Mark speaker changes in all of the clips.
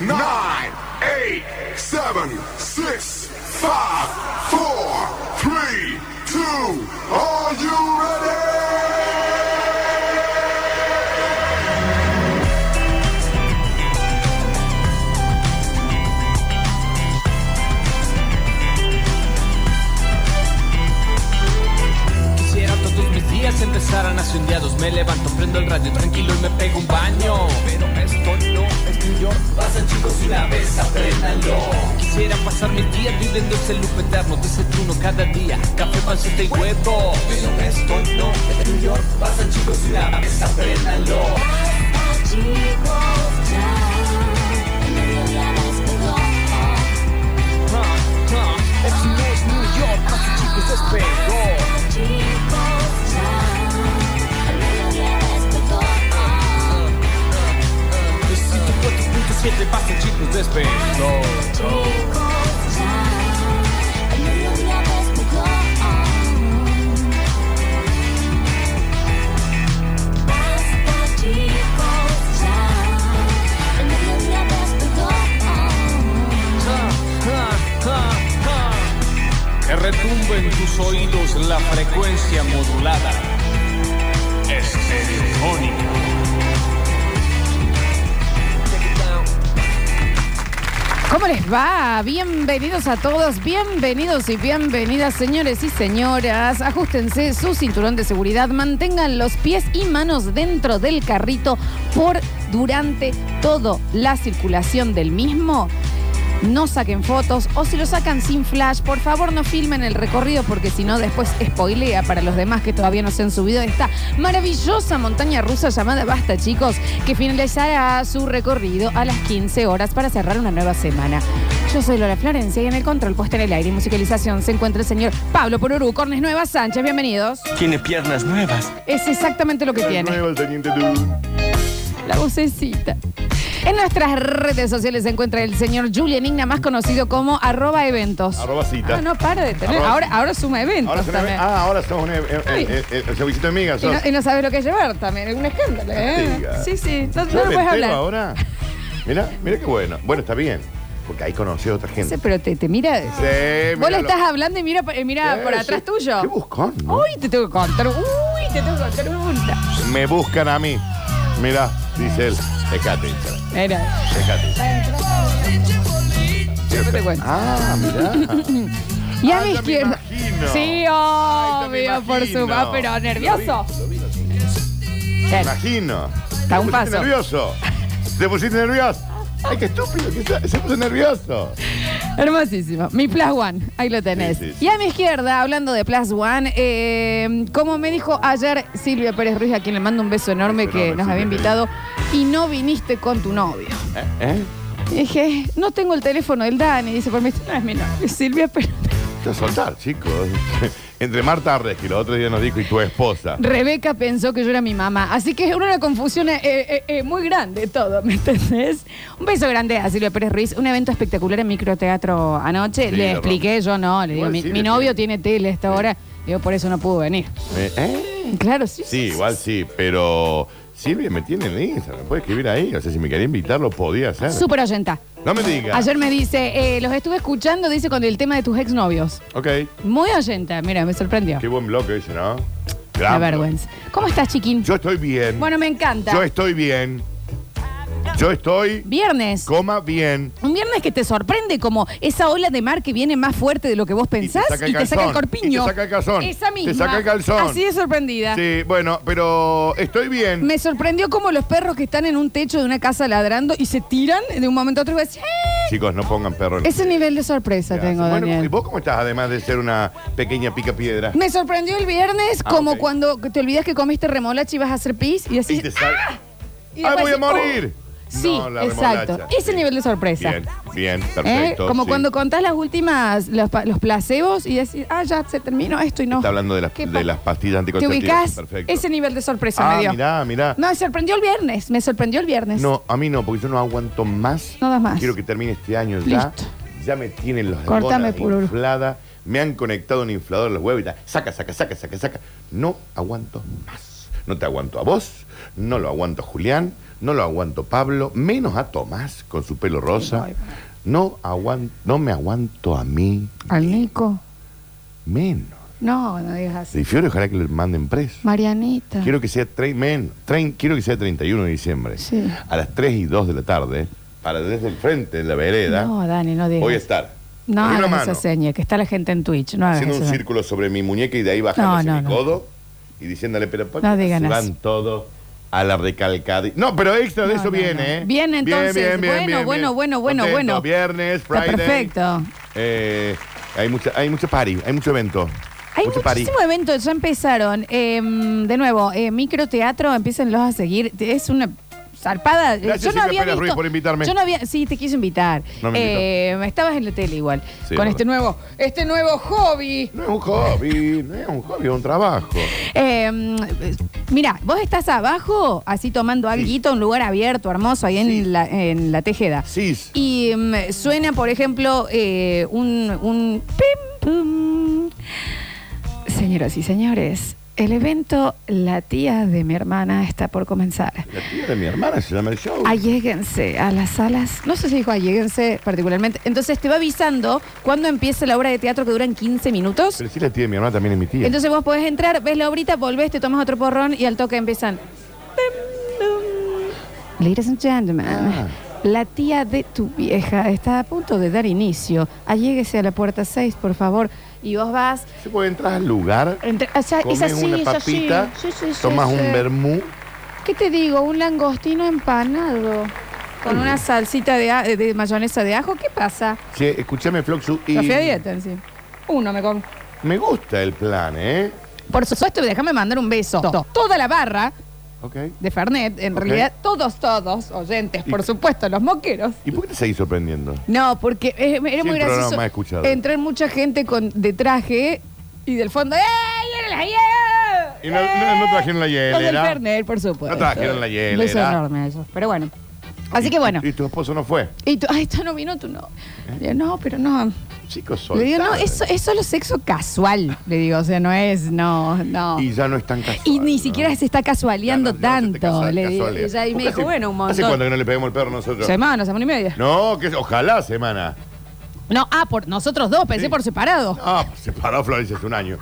Speaker 1: nine, eight, seven, six, five, four, three, two. Are you ready?
Speaker 2: Quisiera todos mis días empezaran así un día dos Me levanto, prendo el radio tranquilo y me pego un baño Pero esto no es New York Pasa chicos una vez, apréndanlo Quisiera pasar mis días viviendo ese loop eterno Desayuno cada día, café, panceta y huevo Pero esto no es New York Pasa chicos una vez, apréndanlo Ah, ah, Esto no es New York, pasa chicos, es peor Necesito 4.7 pasen chicos, despegó Ah, ah, ah, ah. Que retumbe en tus oídos la frecuencia modulada. Estereofónica.
Speaker 3: ¿Cómo les va? Bienvenidos a todos, bienvenidos y bienvenidas, señores y señoras. Ajustense su cinturón de seguridad, mantengan los pies y manos dentro del carrito por durante toda la circulación del mismo. No saquen fotos o si lo sacan sin flash, por favor no filmen el recorrido porque si no después spoilea para los demás que todavía no se han subido a esta maravillosa montaña rusa llamada Basta chicos, que finalizará su recorrido a las 15 horas para cerrar una nueva semana. Yo soy Lola Florencia y en el control puesto en el aire y musicalización se encuentra el señor Pablo Porurú, Cornes Nueva Sánchez, bienvenidos.
Speaker 4: Tiene piernas nuevas.
Speaker 3: Es exactamente lo que tiene. La vocecita. En nuestras redes sociales se encuentra el señor Julian Igna, más conocido como arroba eventos.
Speaker 5: Arroba cita.
Speaker 3: Ah, no, para de tener.
Speaker 5: Arroba-
Speaker 3: Ahora, ahora suma eventos
Speaker 5: Ahora son,
Speaker 3: también.
Speaker 5: ah, ahora sos un eh, eh,
Speaker 3: Ay.
Speaker 5: eh, eh, el servicito de migas.
Speaker 3: y,
Speaker 5: sos.
Speaker 3: no, y no sabes lo que es llevar también. Es un escándalo, ¿eh?
Speaker 5: Diga.
Speaker 3: Sí, sí. No, no
Speaker 5: Yo
Speaker 3: lo puedes
Speaker 5: me entero
Speaker 3: hablar.
Speaker 5: ahora? Mira, mira qué bueno. Bueno, está bien. Porque ahí conocí a otra gente.
Speaker 3: Sí, pero te, te mira.
Speaker 5: Sí,
Speaker 3: Vos le
Speaker 5: míralo.
Speaker 3: estás hablando y mira, eh, mira
Speaker 5: Sí,
Speaker 3: por
Speaker 5: sí.
Speaker 3: atrás tuyo.
Speaker 5: Qué buscón, ¿no?
Speaker 3: Uy, te tengo que contar. Uy, te tengo que contar una.
Speaker 5: Me buscan a mí. Mira, dice él. Dejate,
Speaker 3: Mira.
Speaker 5: dejate.
Speaker 3: yo te cuento.
Speaker 5: Ah, mira.
Speaker 3: Y a mi
Speaker 5: Ah, ya me
Speaker 3: izquierda.
Speaker 5: imagino.
Speaker 3: Sí,
Speaker 5: Ay, ya me
Speaker 3: obvio, por su
Speaker 5: imagino.
Speaker 3: va, pero nervioso. Bien.
Speaker 5: Imagino.
Speaker 3: Está
Speaker 5: Te
Speaker 3: un
Speaker 5: pusiste
Speaker 3: paso.
Speaker 5: nervioso. Te pusiste nervioso. Ay, qué estúpido que está- se puso nervioso.
Speaker 3: Hermosísimo. Mi Plus One, ahí lo tenés.
Speaker 5: Sí, sí, sí.
Speaker 3: Y a mi izquierda, hablando de Plus One, eh, como me dijo ayer Silvia Pérez Ruiz, a quien le mando un beso enorme
Speaker 5: Beso
Speaker 3: que
Speaker 5: enorme,
Speaker 3: nos había
Speaker 5: Silvia.
Speaker 3: invitado, y no viniste con tu novio.
Speaker 5: ¿Eh? ¿Eh?
Speaker 3: Y dije, no tengo el teléfono del Dani. Dice, por mí, no es mi novio, Silvia Pérez.
Speaker 5: Te vas a soltar, chicos. Entre Marta Arres, que el otro día nos dijo, y tu esposa.
Speaker 3: Rebeca pensó que yo era mi mamá. Así que era una confusión eh, eh, eh, muy grande todo, ¿me entendés? Un beso grande a Silvia Pérez Ruiz. Un evento espectacular en microteatro anoche.
Speaker 5: Sí,
Speaker 3: le
Speaker 5: la
Speaker 3: expliqué, yo no. Le digo,
Speaker 5: Igual
Speaker 3: mi,
Speaker 5: sí,
Speaker 3: mi
Speaker 5: le
Speaker 3: novio
Speaker 5: tiene-
Speaker 3: tiene tele a esta hora. Digo, por eso no pudo venir.
Speaker 5: Eh, ¿eh?
Speaker 3: Claro, sí.
Speaker 5: Sí, igual sí, pero Silvia me tiene en Instagram, puede escribir ahí. O sea, si me quería invitar, lo podía hacer.
Speaker 3: Súper oyenta.
Speaker 5: No me digas.
Speaker 3: Ayer me dice, eh, los estuve escuchando, dice, con el tema de tus exnovios.
Speaker 5: Ok,
Speaker 3: Muy oyenta, mira, me sorprendió.
Speaker 5: qué buen bloque ese, ¿no?
Speaker 3: La
Speaker 5: Gran-
Speaker 3: vergüenza. ¿Cómo estás, chiquín?
Speaker 5: Yo estoy bien.
Speaker 3: Bueno, me encanta.
Speaker 5: Yo estoy bien. Yo estoy,
Speaker 3: Viernes.
Speaker 5: coma, bien.
Speaker 3: Un viernes que te sorprende como esa ola de mar que viene más fuerte de lo que vos pensás
Speaker 5: saca el
Speaker 3: y te saca el
Speaker 5: calzón,
Speaker 3: corpiño.
Speaker 5: y te saca el calzón,
Speaker 3: Esa misma.
Speaker 5: te saca el calzón.
Speaker 3: Así de sorprendida.
Speaker 5: Sí, bueno, pero estoy bien.
Speaker 3: Me sorprendió como los perros que están en un techo de una casa ladrando y se tiran de un momento a otro y vas, ¡eh!
Speaker 5: Chicos, no pongan perro en
Speaker 3: Ese nivel de sorpresa tengo,
Speaker 5: bueno, ¿y
Speaker 3: Daniel.
Speaker 5: vos cómo estás, además de ser una pequeña pica piedra?
Speaker 3: Me sorprendió el viernes
Speaker 5: Ah,
Speaker 3: como
Speaker 5: ok.
Speaker 3: cuando te olvidas que comiste remolacha y vas a hacer pis y
Speaker 5: Y
Speaker 3: decís,
Speaker 5: te sale-
Speaker 3: y
Speaker 5: ¡Ay,
Speaker 3: después
Speaker 5: voy a
Speaker 3: decís,
Speaker 5: morir!
Speaker 3: "Oh". Sí,
Speaker 5: No, la
Speaker 3: exacto.
Speaker 5: remolacha.
Speaker 3: Ese
Speaker 5: Sí.
Speaker 3: nivel de sorpresa.
Speaker 5: Bien, bien,
Speaker 3: ¿Eh?
Speaker 5: perfecto.
Speaker 3: Como
Speaker 5: sí.
Speaker 3: cuando contás las últimas, los, pa- los placebos y decís, ah, ya se terminó esto y no.
Speaker 5: Está hablando de las,
Speaker 3: ¿Qué
Speaker 5: de
Speaker 3: pa-
Speaker 5: las pastillas
Speaker 3: ¿Te
Speaker 5: anticonceptivas.
Speaker 3: ubicás?
Speaker 5: Perfecto.
Speaker 3: Ese nivel de sorpresa
Speaker 5: ah,
Speaker 3: me dio.
Speaker 5: mirá, mirá.
Speaker 3: No, me sorprendió el viernes. Me sorprendió el viernes.
Speaker 5: No, a mí no, porque yo no aguanto más.
Speaker 3: No das más.
Speaker 5: Quiero que termine este año ya.
Speaker 3: Listo.
Speaker 5: Ya me tienen los
Speaker 3: Cortame, Pururu.
Speaker 5: inflada. Me han conectado un inflador a los huevos y tal. Saca, saca, saca, saca, saca. No aguanto más. No te aguanto a vos, no lo aguanto a Julián, no lo aguanto a Pablo, menos a Tomás con su pelo rosa. No, aguan- no me aguanto a mí,
Speaker 3: Al Nico.
Speaker 5: menos.
Speaker 3: No, no digas así.
Speaker 5: Y Fiore, ojalá que lo manden preso.
Speaker 3: Marianita.
Speaker 5: Quiero que sea tre- men- trein- quiero que sea 31 de diciembre.
Speaker 3: Sí.
Speaker 5: A las 3 y 2 de la tarde, para desde el frente de la vereda,
Speaker 3: No, Dani, no digas.
Speaker 5: voy a estar.
Speaker 3: No
Speaker 5: con una
Speaker 3: hagas esa
Speaker 5: mano,
Speaker 3: seña, que está la gente en Twitch. No hagas
Speaker 5: haciendo un
Speaker 3: esa-
Speaker 5: círculo sobre mi muñeca y de ahí bajándose
Speaker 3: No, no, no.
Speaker 5: mi codo y diciéndole, pero ¿por qué
Speaker 3: No
Speaker 5: no
Speaker 3: digan
Speaker 5: se
Speaker 3: así.
Speaker 5: van todos a la recalcada? No, pero extra de
Speaker 3: No, no,
Speaker 5: eso viene,
Speaker 3: no.
Speaker 5: ¿eh?
Speaker 3: Viene, entonces. Bueno, bueno, bueno, bueno,
Speaker 5: Contento.
Speaker 3: bueno.
Speaker 5: Viernes,
Speaker 3: Está
Speaker 5: Friday.
Speaker 3: perfecto.
Speaker 5: Eh, hay, mucha, hay mucho party, hay mucho evento.
Speaker 3: Hay
Speaker 5: mucho party.
Speaker 3: muchísimos eventos, ya empezaron. Eh, de nuevo, eh, microteatro, empiecenlos a seguir. Es una zarpada. Eh,
Speaker 5: Gracias,
Speaker 3: yo no había
Speaker 5: Silvia Pérez
Speaker 3: visto-
Speaker 5: Ruiz, por invitarme.
Speaker 3: Yo no había, sí, te quiso invitar.
Speaker 5: No me invitó.
Speaker 3: Eh, estabas en la tele igual,
Speaker 5: Sí,
Speaker 3: con
Speaker 5: verdad.
Speaker 3: este nuevo, este nuevo hobby.
Speaker 5: No es un hobby, no es un hobby, es un trabajo.
Speaker 3: Eh, mira, vos estás abajo, así tomando alguito, un lugar abierto, hermoso, ahí en, la, en la Tejeda.
Speaker 5: Sis.
Speaker 3: Y mm, suena, por ejemplo, eh, un, un pim, pum. Señoras y señores, el evento La tía de mi hermana está por comenzar.
Speaker 5: La tía de mi hermana se llama el show.
Speaker 3: Alléguense a las salas. No sé si dijo alléguense particularmente. Entonces te va avisando cuando empieza la obra de teatro que duran 15 minutos.
Speaker 5: Pero sí, la tía de mi hermana también es mi tía.
Speaker 3: Entonces vos podés entrar, ves la obrita, volvés, te tomas otro porrón y al toque empiezan. Ladies and gentlemen,
Speaker 5: Ah.
Speaker 3: la tía de tu vieja está a punto de dar inicio. Alléguese a la puerta 6, por favor. Y vos vas.
Speaker 5: Se puede entrar al lugar,
Speaker 3: Entre, o sea,
Speaker 5: comes
Speaker 3: es así,
Speaker 5: una
Speaker 3: es así.
Speaker 5: papita,
Speaker 3: Sí, sí, sí,
Speaker 5: tomas
Speaker 3: sí.
Speaker 5: un vermú.
Speaker 3: ¿Qué te digo? Un langostino empanado.
Speaker 5: Mm.
Speaker 3: Con una salsita de, a- de mayonesa de ajo. ¿Qué pasa?
Speaker 5: Che, escúchame, Floxu. Y
Speaker 3: La fea dieta, en sí. Uno me com-
Speaker 5: me gusta el plan, ¿eh?
Speaker 3: Por supuesto, déjame mandar un beso. Toda la barra
Speaker 5: Ok.
Speaker 3: de Fernet, en
Speaker 5: Ok.
Speaker 3: realidad todos, todos, oyentes, por
Speaker 5: Y-
Speaker 3: supuesto, los moqueros.
Speaker 5: ¿Y por qué te seguís sorprendiendo?
Speaker 3: No, porque eh, era muy
Speaker 5: el
Speaker 3: gracioso
Speaker 5: programa he escuchado.
Speaker 3: entrar mucha gente con, de traje y del fondo, ¡eh! ¡Era la hielera!
Speaker 5: Y no- no- no trajeron la hielera.
Speaker 3: Los del Fernet, por supuesto.
Speaker 5: No trajeron la hielera.
Speaker 3: Beso enorme a ellos, pero bueno. Así
Speaker 5: Y-
Speaker 3: que bueno.
Speaker 5: Y, ¿Eh? y tu esposo no fue.
Speaker 3: Y tú, ay, esto no vino, tú no. Le digo, no, pero no.
Speaker 5: Chicos, soy.
Speaker 3: Le digo, no, eso es solo sexo casual. Le digo, o sea, no es, no, no.
Speaker 5: Y ya no es tan casual.
Speaker 3: Y ni siquiera
Speaker 5: ¿no?
Speaker 3: se está casualeando
Speaker 5: Ya no- ya no se te
Speaker 3: tanto.
Speaker 5: casa-
Speaker 3: le digo,
Speaker 5: casualea.
Speaker 3: y ya- y me
Speaker 5: Porque
Speaker 3: dijo,
Speaker 5: hace-
Speaker 3: bueno, un montón.
Speaker 5: ¿Hace cuánto que no le pegamos el perro nosotros?
Speaker 3: Semana, semana y media.
Speaker 5: No, que ojalá semana.
Speaker 3: No, ah, por nosotros dos, pensé
Speaker 5: Sí.
Speaker 3: por separado.
Speaker 5: Ah, se paró Florencia hace un año.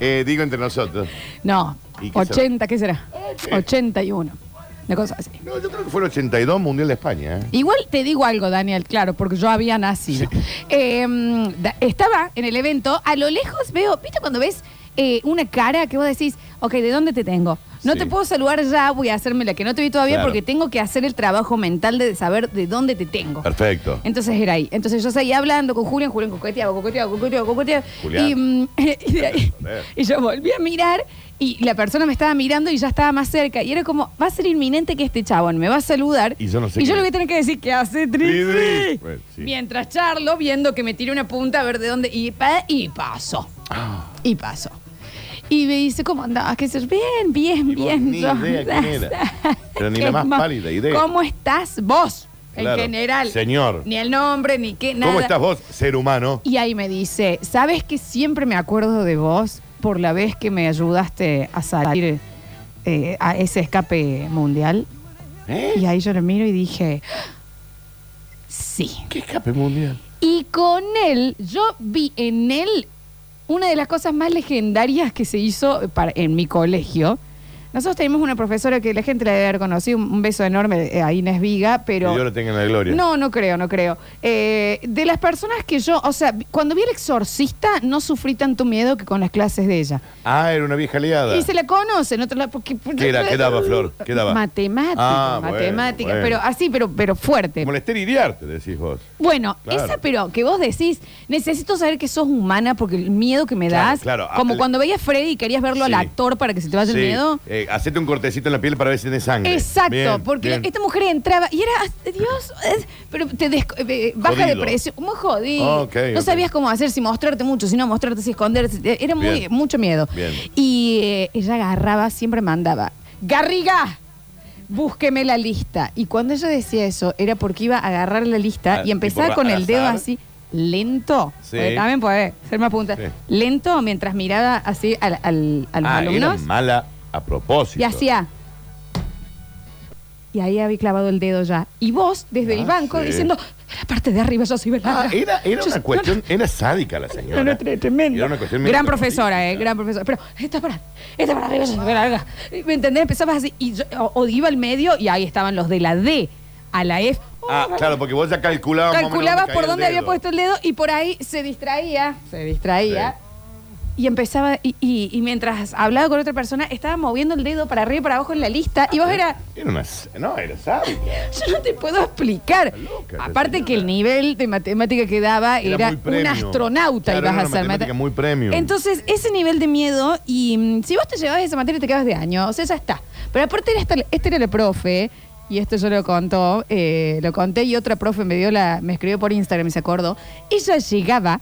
Speaker 5: Eh, digo entre nosotros.
Speaker 3: No,
Speaker 5: ¿Y qué Eh,
Speaker 3: 80, ¿qué será?
Speaker 5: Ok.
Speaker 3: 81. Una cosa así.
Speaker 5: No, yo creo que fue el 82 Mundial de España. ¿eh?
Speaker 3: Igual te digo algo, Daniel, claro, porque yo había nacido. Eh, da- estaba en el evento, a lo lejos veo, ¿viste cuando ves eh, una cara que vos decís, ok, ¿de dónde te tengo? No
Speaker 5: Sí.
Speaker 3: te puedo saludar ya, voy a hacerme la que no te vi todavía
Speaker 5: Claro.
Speaker 3: porque tengo que hacer el trabajo mental de saber de dónde te tengo.
Speaker 5: Perfecto.
Speaker 3: Entonces era ahí. Entonces yo seguía hablando con Julián, Julián coqueteaba, coqueteaba, coqueteaba, coqueteaba.
Speaker 5: Julián.
Speaker 3: Y, mm, y de ahí- y yo volví a mirar y la persona me estaba mirando y ya estaba más cerca. Y era como, va a ser inminente que este chabón me va a saludar.
Speaker 5: Y yo no sé
Speaker 3: Y yo
Speaker 5: quién
Speaker 3: le voy a
Speaker 5: es.
Speaker 3: tener que decir que hace
Speaker 5: Trizzi.
Speaker 3: Trizzi.
Speaker 5: Bueno, sí.
Speaker 3: Mientras charlo, viendo que me tira una punta a ver de dónde. Y, pa- y paso.
Speaker 5: Ah.
Speaker 3: Y paso. Y me dice, ¿cómo andabas? ¿Qué haces? Bien, bien,
Speaker 5: Y vos
Speaker 3: bien.
Speaker 5: ni
Speaker 3: yo-
Speaker 5: idea quién era. Pero ni la
Speaker 3: Es
Speaker 5: más
Speaker 3: más,
Speaker 5: pálida idea.
Speaker 3: ¿Cómo estás vos? En
Speaker 5: Claro.
Speaker 3: general.
Speaker 5: Señor.
Speaker 3: Ni el nombre, ni qué, nada.
Speaker 5: ¿Cómo estás vos, ser humano?
Speaker 3: Y ahí me dice, ¿sabes que siempre me acuerdo de vos por la vez que me ayudaste a salir eh, a ese escape mundial?
Speaker 5: ¿Eh?
Speaker 3: Y ahí yo lo miro y dije, sí.
Speaker 5: ¿Qué escape mundial?
Speaker 3: Y con él, yo vi en él una de las cosas más legendarias que se hizo para- en mi colegio. Nosotros tenemos una profesora que la gente la debe haber conocido, un un beso enorme eh, a Inés Viga, pero...
Speaker 5: Que Dios lo tenga en la gloria.
Speaker 3: No, no creo, no creo. Eh, de las personas que yo, o sea, cuando vi el exorcista, no sufrí tanto miedo que con las clases de ella.
Speaker 5: Ah, era una vieja liada.
Speaker 3: Y se la conocen, otra la, porque,
Speaker 5: ¿Qué era? ¿Qué daba, Flor? ¿Qué daba?
Speaker 3: Matemática,
Speaker 5: Ah, bueno,
Speaker 3: matemática,
Speaker 5: bueno.
Speaker 3: pero así, pero, pero fuerte.
Speaker 5: Como la Esther Iriarte, decís vos.
Speaker 3: Bueno,
Speaker 5: Claro.
Speaker 3: esa pero que vos decís, necesito saber que sos humana porque el miedo que me
Speaker 5: Claro,
Speaker 3: das,
Speaker 5: claro.
Speaker 3: como
Speaker 5: Ah,
Speaker 3: cuando veías Freddy y querías verlo al
Speaker 5: Sí.
Speaker 3: actor para que se te vaya
Speaker 5: Sí.
Speaker 3: el miedo.
Speaker 5: Eh, hacete un cortecito en la piel para ver si tiene sangre.
Speaker 3: Exacto,
Speaker 5: Bien,
Speaker 3: porque
Speaker 5: bien.
Speaker 3: la- esta mujer entraba y era, ah, Dios, eh, pero te des- eh, baja de
Speaker 5: Jodido. Ah,
Speaker 3: precio, muy jodido.
Speaker 5: Ok,
Speaker 3: no
Speaker 5: ok.
Speaker 3: sabías cómo hacer, si mostrarte mucho, si no mostrarte, si esconderte. eh, Era muy,
Speaker 5: Bien.
Speaker 3: mucho miedo.
Speaker 5: Bien.
Speaker 3: Y eh, ella agarraba, siempre mandaba, Garriga, búsqueme la lista. Y cuando ella decía eso, era porque iba a agarrar la lista
Speaker 5: Ah,
Speaker 3: y empezaba
Speaker 5: tipo,
Speaker 3: con
Speaker 5: al
Speaker 3: el dedo
Speaker 5: azar.
Speaker 3: así, lento.
Speaker 5: Sí.
Speaker 3: Porque También puede ser más punta.
Speaker 5: Sí.
Speaker 3: Lento mientras miraba así al, al- a los
Speaker 5: ah,
Speaker 3: alumnos.
Speaker 5: Era mala a propósito.
Speaker 3: Y hacía. Y ahí había clavado el dedo ya. Y vos, desde
Speaker 5: Ah,
Speaker 3: el banco,
Speaker 5: sí.
Speaker 3: diciendo, la parte de arriba yo soy Bernarda.
Speaker 5: Ah, era, era
Speaker 3: Yo
Speaker 5: una
Speaker 3: soy-
Speaker 5: cuestión, era sádica la
Speaker 3: No,
Speaker 5: señora.
Speaker 3: no, tre- tremendo.
Speaker 5: Era una cuestión medio
Speaker 3: gran profesora, eh,
Speaker 5: terrorista.
Speaker 3: gran profesora. Pero, esta para, esta para arriba, esta para arriba. ¿Me entendés? Empezabas así, y yo, o, o iba al medio y ahí estaban los de la D a la F. Oh,
Speaker 5: Ah, claro, porque vos ya calculabas. más o menos
Speaker 3: Calculabas por
Speaker 5: caía
Speaker 3: dónde
Speaker 5: el
Speaker 3: había
Speaker 5: dedo.
Speaker 3: puesto el dedo y por ahí se distraía, se distraía. Y empezaba, y, y- y mientras hablaba con otra persona, estaba moviendo el dedo para arriba y para abajo en la lista. Y vos era,
Speaker 5: Era una, no, era sádica.
Speaker 3: yo no te puedo explicar.
Speaker 5: Está loca la
Speaker 3: Aparte
Speaker 5: señora.
Speaker 3: que el nivel de matemática que daba
Speaker 5: Era
Speaker 3: era,
Speaker 5: muy premium.
Speaker 3: un astronauta
Speaker 5: Claro,
Speaker 3: ibas a
Speaker 5: era una
Speaker 3: ser.
Speaker 5: matemática
Speaker 3: mate-
Speaker 5: muy premium.
Speaker 3: Entonces, ese nivel de miedo, y mm, si vos te llevabas esa materia te quedabas de año, o sea, ya está. Pero aparte era esta, este era el profe, y esto yo lo contó, eh, lo conté, y otra profe me dio la, me escribió por Instagram y se acordó. Ella llegaba,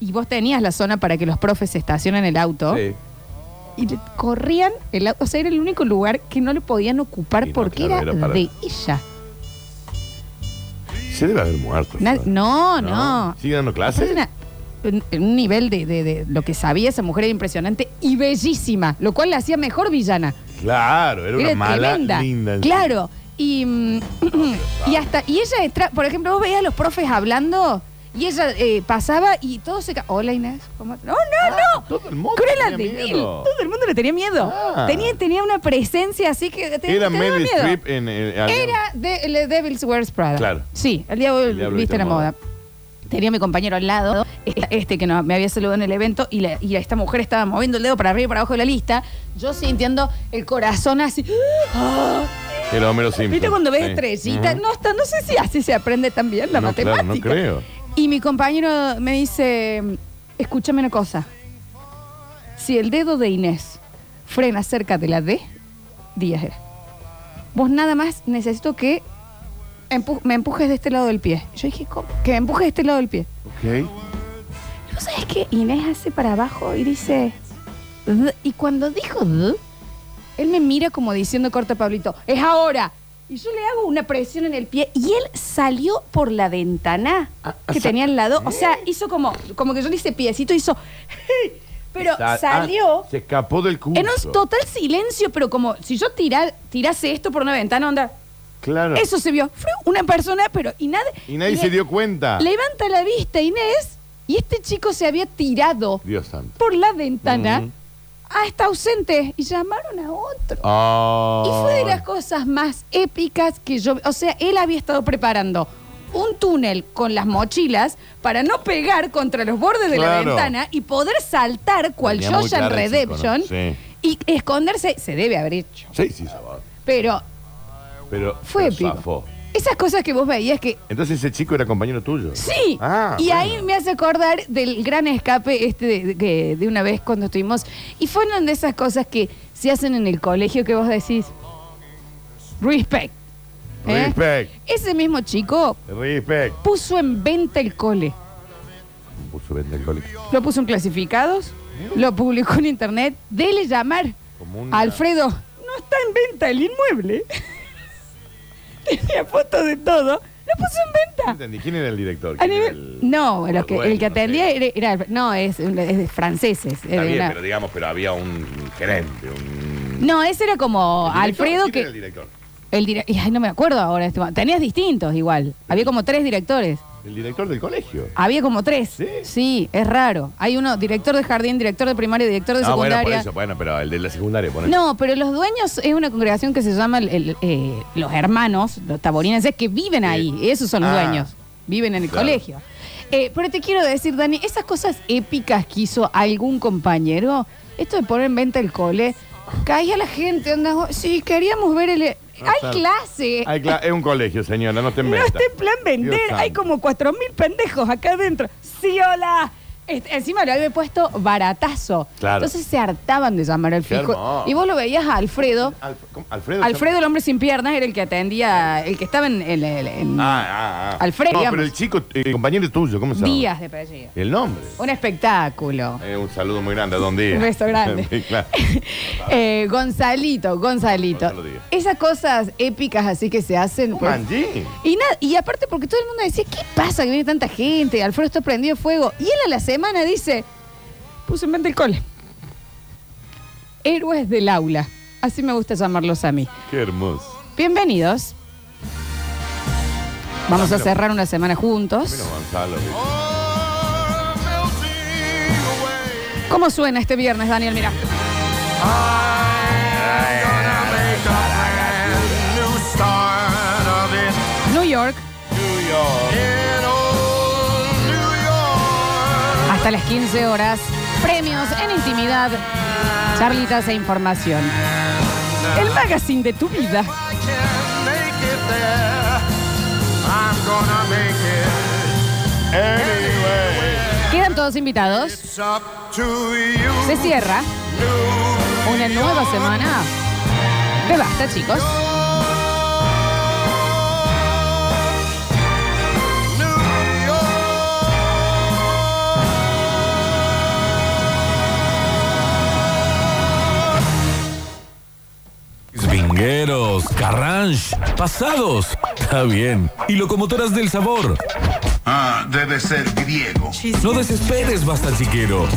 Speaker 3: y vos tenías la zona para que los profes se estacionen el auto.
Speaker 4: Sí.
Speaker 3: Y le corrían el auto. O sea, era el único lugar que no le podían ocupar
Speaker 5: Y no,
Speaker 3: porque
Speaker 5: claro,
Speaker 3: era,
Speaker 5: era para-
Speaker 3: de ella.
Speaker 5: Se debe haber muerto.
Speaker 3: Na-
Speaker 5: Flor.
Speaker 3: no, no.
Speaker 5: ¿Sigue dando
Speaker 3: Aparte
Speaker 5: clases?
Speaker 3: una- un, un nivel de, de- de lo que sabía esa mujer era impresionante y bellísima, lo cual la hacía mejor villana.
Speaker 5: Claro, era una
Speaker 3: Era
Speaker 5: mala,
Speaker 3: tremenda.
Speaker 5: linda. en sí.
Speaker 3: claro. Y, mm, y hasta, y ella, estra- por ejemplo, vos veías a los profes hablando y ella eh, pasaba y todo se... ca- Hola Inés, ¿cómo- No, no,
Speaker 5: Ah,
Speaker 3: no.
Speaker 5: todo el mundo
Speaker 3: Cruella
Speaker 5: tenía
Speaker 3: de Vil.
Speaker 5: miedo.
Speaker 3: Todo el mundo le tenía miedo.
Speaker 5: Ah.
Speaker 3: Tenía, tenía una presencia así que... te- te
Speaker 5: Era
Speaker 3: daba
Speaker 5: Meryl
Speaker 3: miedo.
Speaker 5: Streep en. eh, al-
Speaker 3: Era de, el de Devil's Wears Prada.
Speaker 5: Claro.
Speaker 3: Sí, el diablo,
Speaker 5: El diablo
Speaker 3: viste la moda. Tenía a mi compañero al lado, esta- este que no- me había saludado en el evento, y, la- y esta mujer estaba moviendo el dedo para arriba y para abajo de la lista. Yo sintiendo el corazón así. ¡ah!
Speaker 5: Era Homero Simpson.
Speaker 3: ¿Viste cuando ves
Speaker 5: Sí.
Speaker 3: estrellitas?
Speaker 5: Ujú.
Speaker 3: No, está, no sé si así se aprende también la
Speaker 5: No, claro,
Speaker 3: matemática.
Speaker 5: no creo.
Speaker 3: Y mi compañero me dice, escúchame una cosa. Si el dedo de Inés frena cerca de la D, Díaz era. Vos nada más necesito que empu- me empujes de este lado del pie. Yo dije, ¿cómo? Que me empujes de este lado del pie.
Speaker 5: Ok.
Speaker 3: ¿No sabes qué? Inés hace para abajo y dice... "D". Y cuando dijo... "D", Él me mira como diciendo, corta Pablito, es ahora. Y yo le hago una presión en el pie y él salió por la ventana
Speaker 5: Ah,
Speaker 3: que
Speaker 5: o sea-
Speaker 3: tenía al lado. O sea, hizo como, como que yo le hice piecito, hizo... Pero
Speaker 5: Sa- ah,
Speaker 3: salió
Speaker 5: se escapó del curso.
Speaker 3: en un total silencio, pero como si yo tira- tirase esto por una ventana, onda...
Speaker 5: Claro.
Speaker 3: Eso se vio. Fue una persona, pero... Y, nada,
Speaker 5: Ah. Y nadie se dio cuenta.
Speaker 3: Levanta la vista, Inés, y este chico se había tirado
Speaker 5: Dios santo.
Speaker 3: por la ventana.
Speaker 5: Ujú.
Speaker 3: Ah, está ausente. Y llamaron a otro.
Speaker 5: Ah.
Speaker 3: Y fue de las cosas más épicas que yo... O sea, él había estado preparando un túnel con las mochilas para no pegar contra los bordes de la
Speaker 5: Claro.
Speaker 3: ventana y poder saltar cual
Speaker 5: Tenía muy
Speaker 3: Joyan
Speaker 5: claro el chico, ¿no?
Speaker 3: Redemption
Speaker 5: Sí.
Speaker 3: y esconderse. Se debe haber hecho.
Speaker 5: Sí, sí, zafó.
Speaker 3: Pero
Speaker 5: Pero
Speaker 3: fue
Speaker 5: pero
Speaker 3: épico.
Speaker 5: zafó.
Speaker 3: Esas cosas que vos veías que
Speaker 5: Entonces ese chico era compañero tuyo.
Speaker 3: Sí.
Speaker 5: Ah,
Speaker 3: y
Speaker 5: bueno.
Speaker 3: ahí ¿eh? me hace acordar del gran escape este de, de- que- de una vez cuando estuvimos. Y fue una de esas cosas que se hacen en el colegio que vos decís. Respect. ¿eh?
Speaker 5: Respect.
Speaker 3: Ese mismo chico
Speaker 5: Respect.
Speaker 3: puso en venta el cole.
Speaker 5: Puso venta el colegio.
Speaker 3: Lo puso en clasificados, lo publicó en internet. Dele llamar.
Speaker 5: Como una-
Speaker 3: Alfredo, no está en venta el inmueble. Tenía fotos de todo. Lo puso en
Speaker 5: No
Speaker 3: venta.
Speaker 5: entendí. ¿Quién era el director?
Speaker 3: A
Speaker 5: ¿Quién era
Speaker 3: nivel- no, lo que- el que
Speaker 5: dueño?
Speaker 3: atendía
Speaker 5: No sé.
Speaker 3: era, era- No, es, es de franceses. era
Speaker 5: Está bien,
Speaker 3: una-
Speaker 5: pero digamos, pero había un gerente, un...
Speaker 3: no, ese era como
Speaker 5: ¿El director?
Speaker 3: Alfredo
Speaker 5: ¿Quién
Speaker 3: que.
Speaker 5: era el director?
Speaker 3: el dire- y, ay, no me acuerdo ahora. Este, momento. tenías distintos igual. Había como tres directores.
Speaker 5: El director del colegio.
Speaker 3: Había como tres.
Speaker 5: ¿Sí?
Speaker 3: es raro. Hay uno, director de jardín, director de primaria, director de
Speaker 5: Ah, bueno, por
Speaker 3: secundaria.
Speaker 5: eso, bueno, pero el de la secundaria, por
Speaker 3: No, pero los dueños es una congregación que se llama el- el, eh, los hermanos, los taborinenses, que viven ahí. Esos son los
Speaker 5: Ah.
Speaker 3: dueños. Viven en el
Speaker 5: Claro.
Speaker 3: colegio. Eh, pero te quiero decir, Dani, esas cosas épicas que hizo algún compañero, esto de poner en venta el cole, caía la gente, onda, "Oh, sí, queríamos ver el...
Speaker 5: Ah,
Speaker 3: hay
Speaker 5: está.
Speaker 3: clase.
Speaker 5: Ay, cla- es un colegio, señora, no te
Speaker 3: eh, no
Speaker 5: inventa.
Speaker 3: está en plan vender.
Speaker 5: Dios
Speaker 3: Hay
Speaker 5: santo.
Speaker 3: como 4.000 pendejos acá adentro. Sí, hola. Este, encima lo había puesto baratazo.
Speaker 5: Claro.
Speaker 3: Entonces se hartaban de llamar al
Speaker 5: Qué
Speaker 3: fijo.
Speaker 5: hermoso.
Speaker 3: Y vos lo veías a Alfredo.
Speaker 5: Alf- ¿cómo? Alfredo.
Speaker 3: Alfredo, el hombre sin piernas, era el que atendía, el que estaba en, el
Speaker 5: Ah, ah, ah.
Speaker 3: Alfredo,
Speaker 5: No,
Speaker 3: digamos.
Speaker 5: pero el chico, eh, compañero tuyo, ¿cómo se llama?
Speaker 3: días de apellido.
Speaker 5: El nombre.
Speaker 3: Un espectáculo.
Speaker 5: Eh, un saludo muy grande a Don Díaz.
Speaker 3: Un beso grande.
Speaker 5: Sí, claro.
Speaker 3: Eh, Gonzalito, Gonzalito.
Speaker 5: Gonzalo Díaz.
Speaker 3: Esas cosas épicas así que se hacen. por-
Speaker 5: Manji.
Speaker 3: Y, nada, y aparte porque todo el mundo decía, ¿qué pasa que viene tanta gente? Alfredo está prendido fuego. Y él a la semana dice, puse en venta el cole. Héroes del aula. Así me gusta llamarlos a mí.
Speaker 5: Qué hermoso.
Speaker 3: Bienvenidos. Vamos a
Speaker 5: Dámelo.
Speaker 3: cerrar una semana juntos.
Speaker 5: Menos Gonzalo. ¿viste?
Speaker 3: ¿Cómo suena este viernes, Daniel? Mira. New York, hasta las 15 horas. Premios en intimidad, charlitas e información. El magazine de tu vida. Quedan todos invitados. Se cierra una nueva semana de basta, chicos.
Speaker 2: Vingueros, carranche, pasados, está bien. Y locomotoras del sabor.
Speaker 6: Ah, debe ser griego.
Speaker 2: No desesperes, basta chiquero.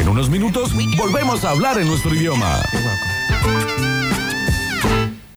Speaker 2: En unos minutos volvemos a hablar en nuestro idioma.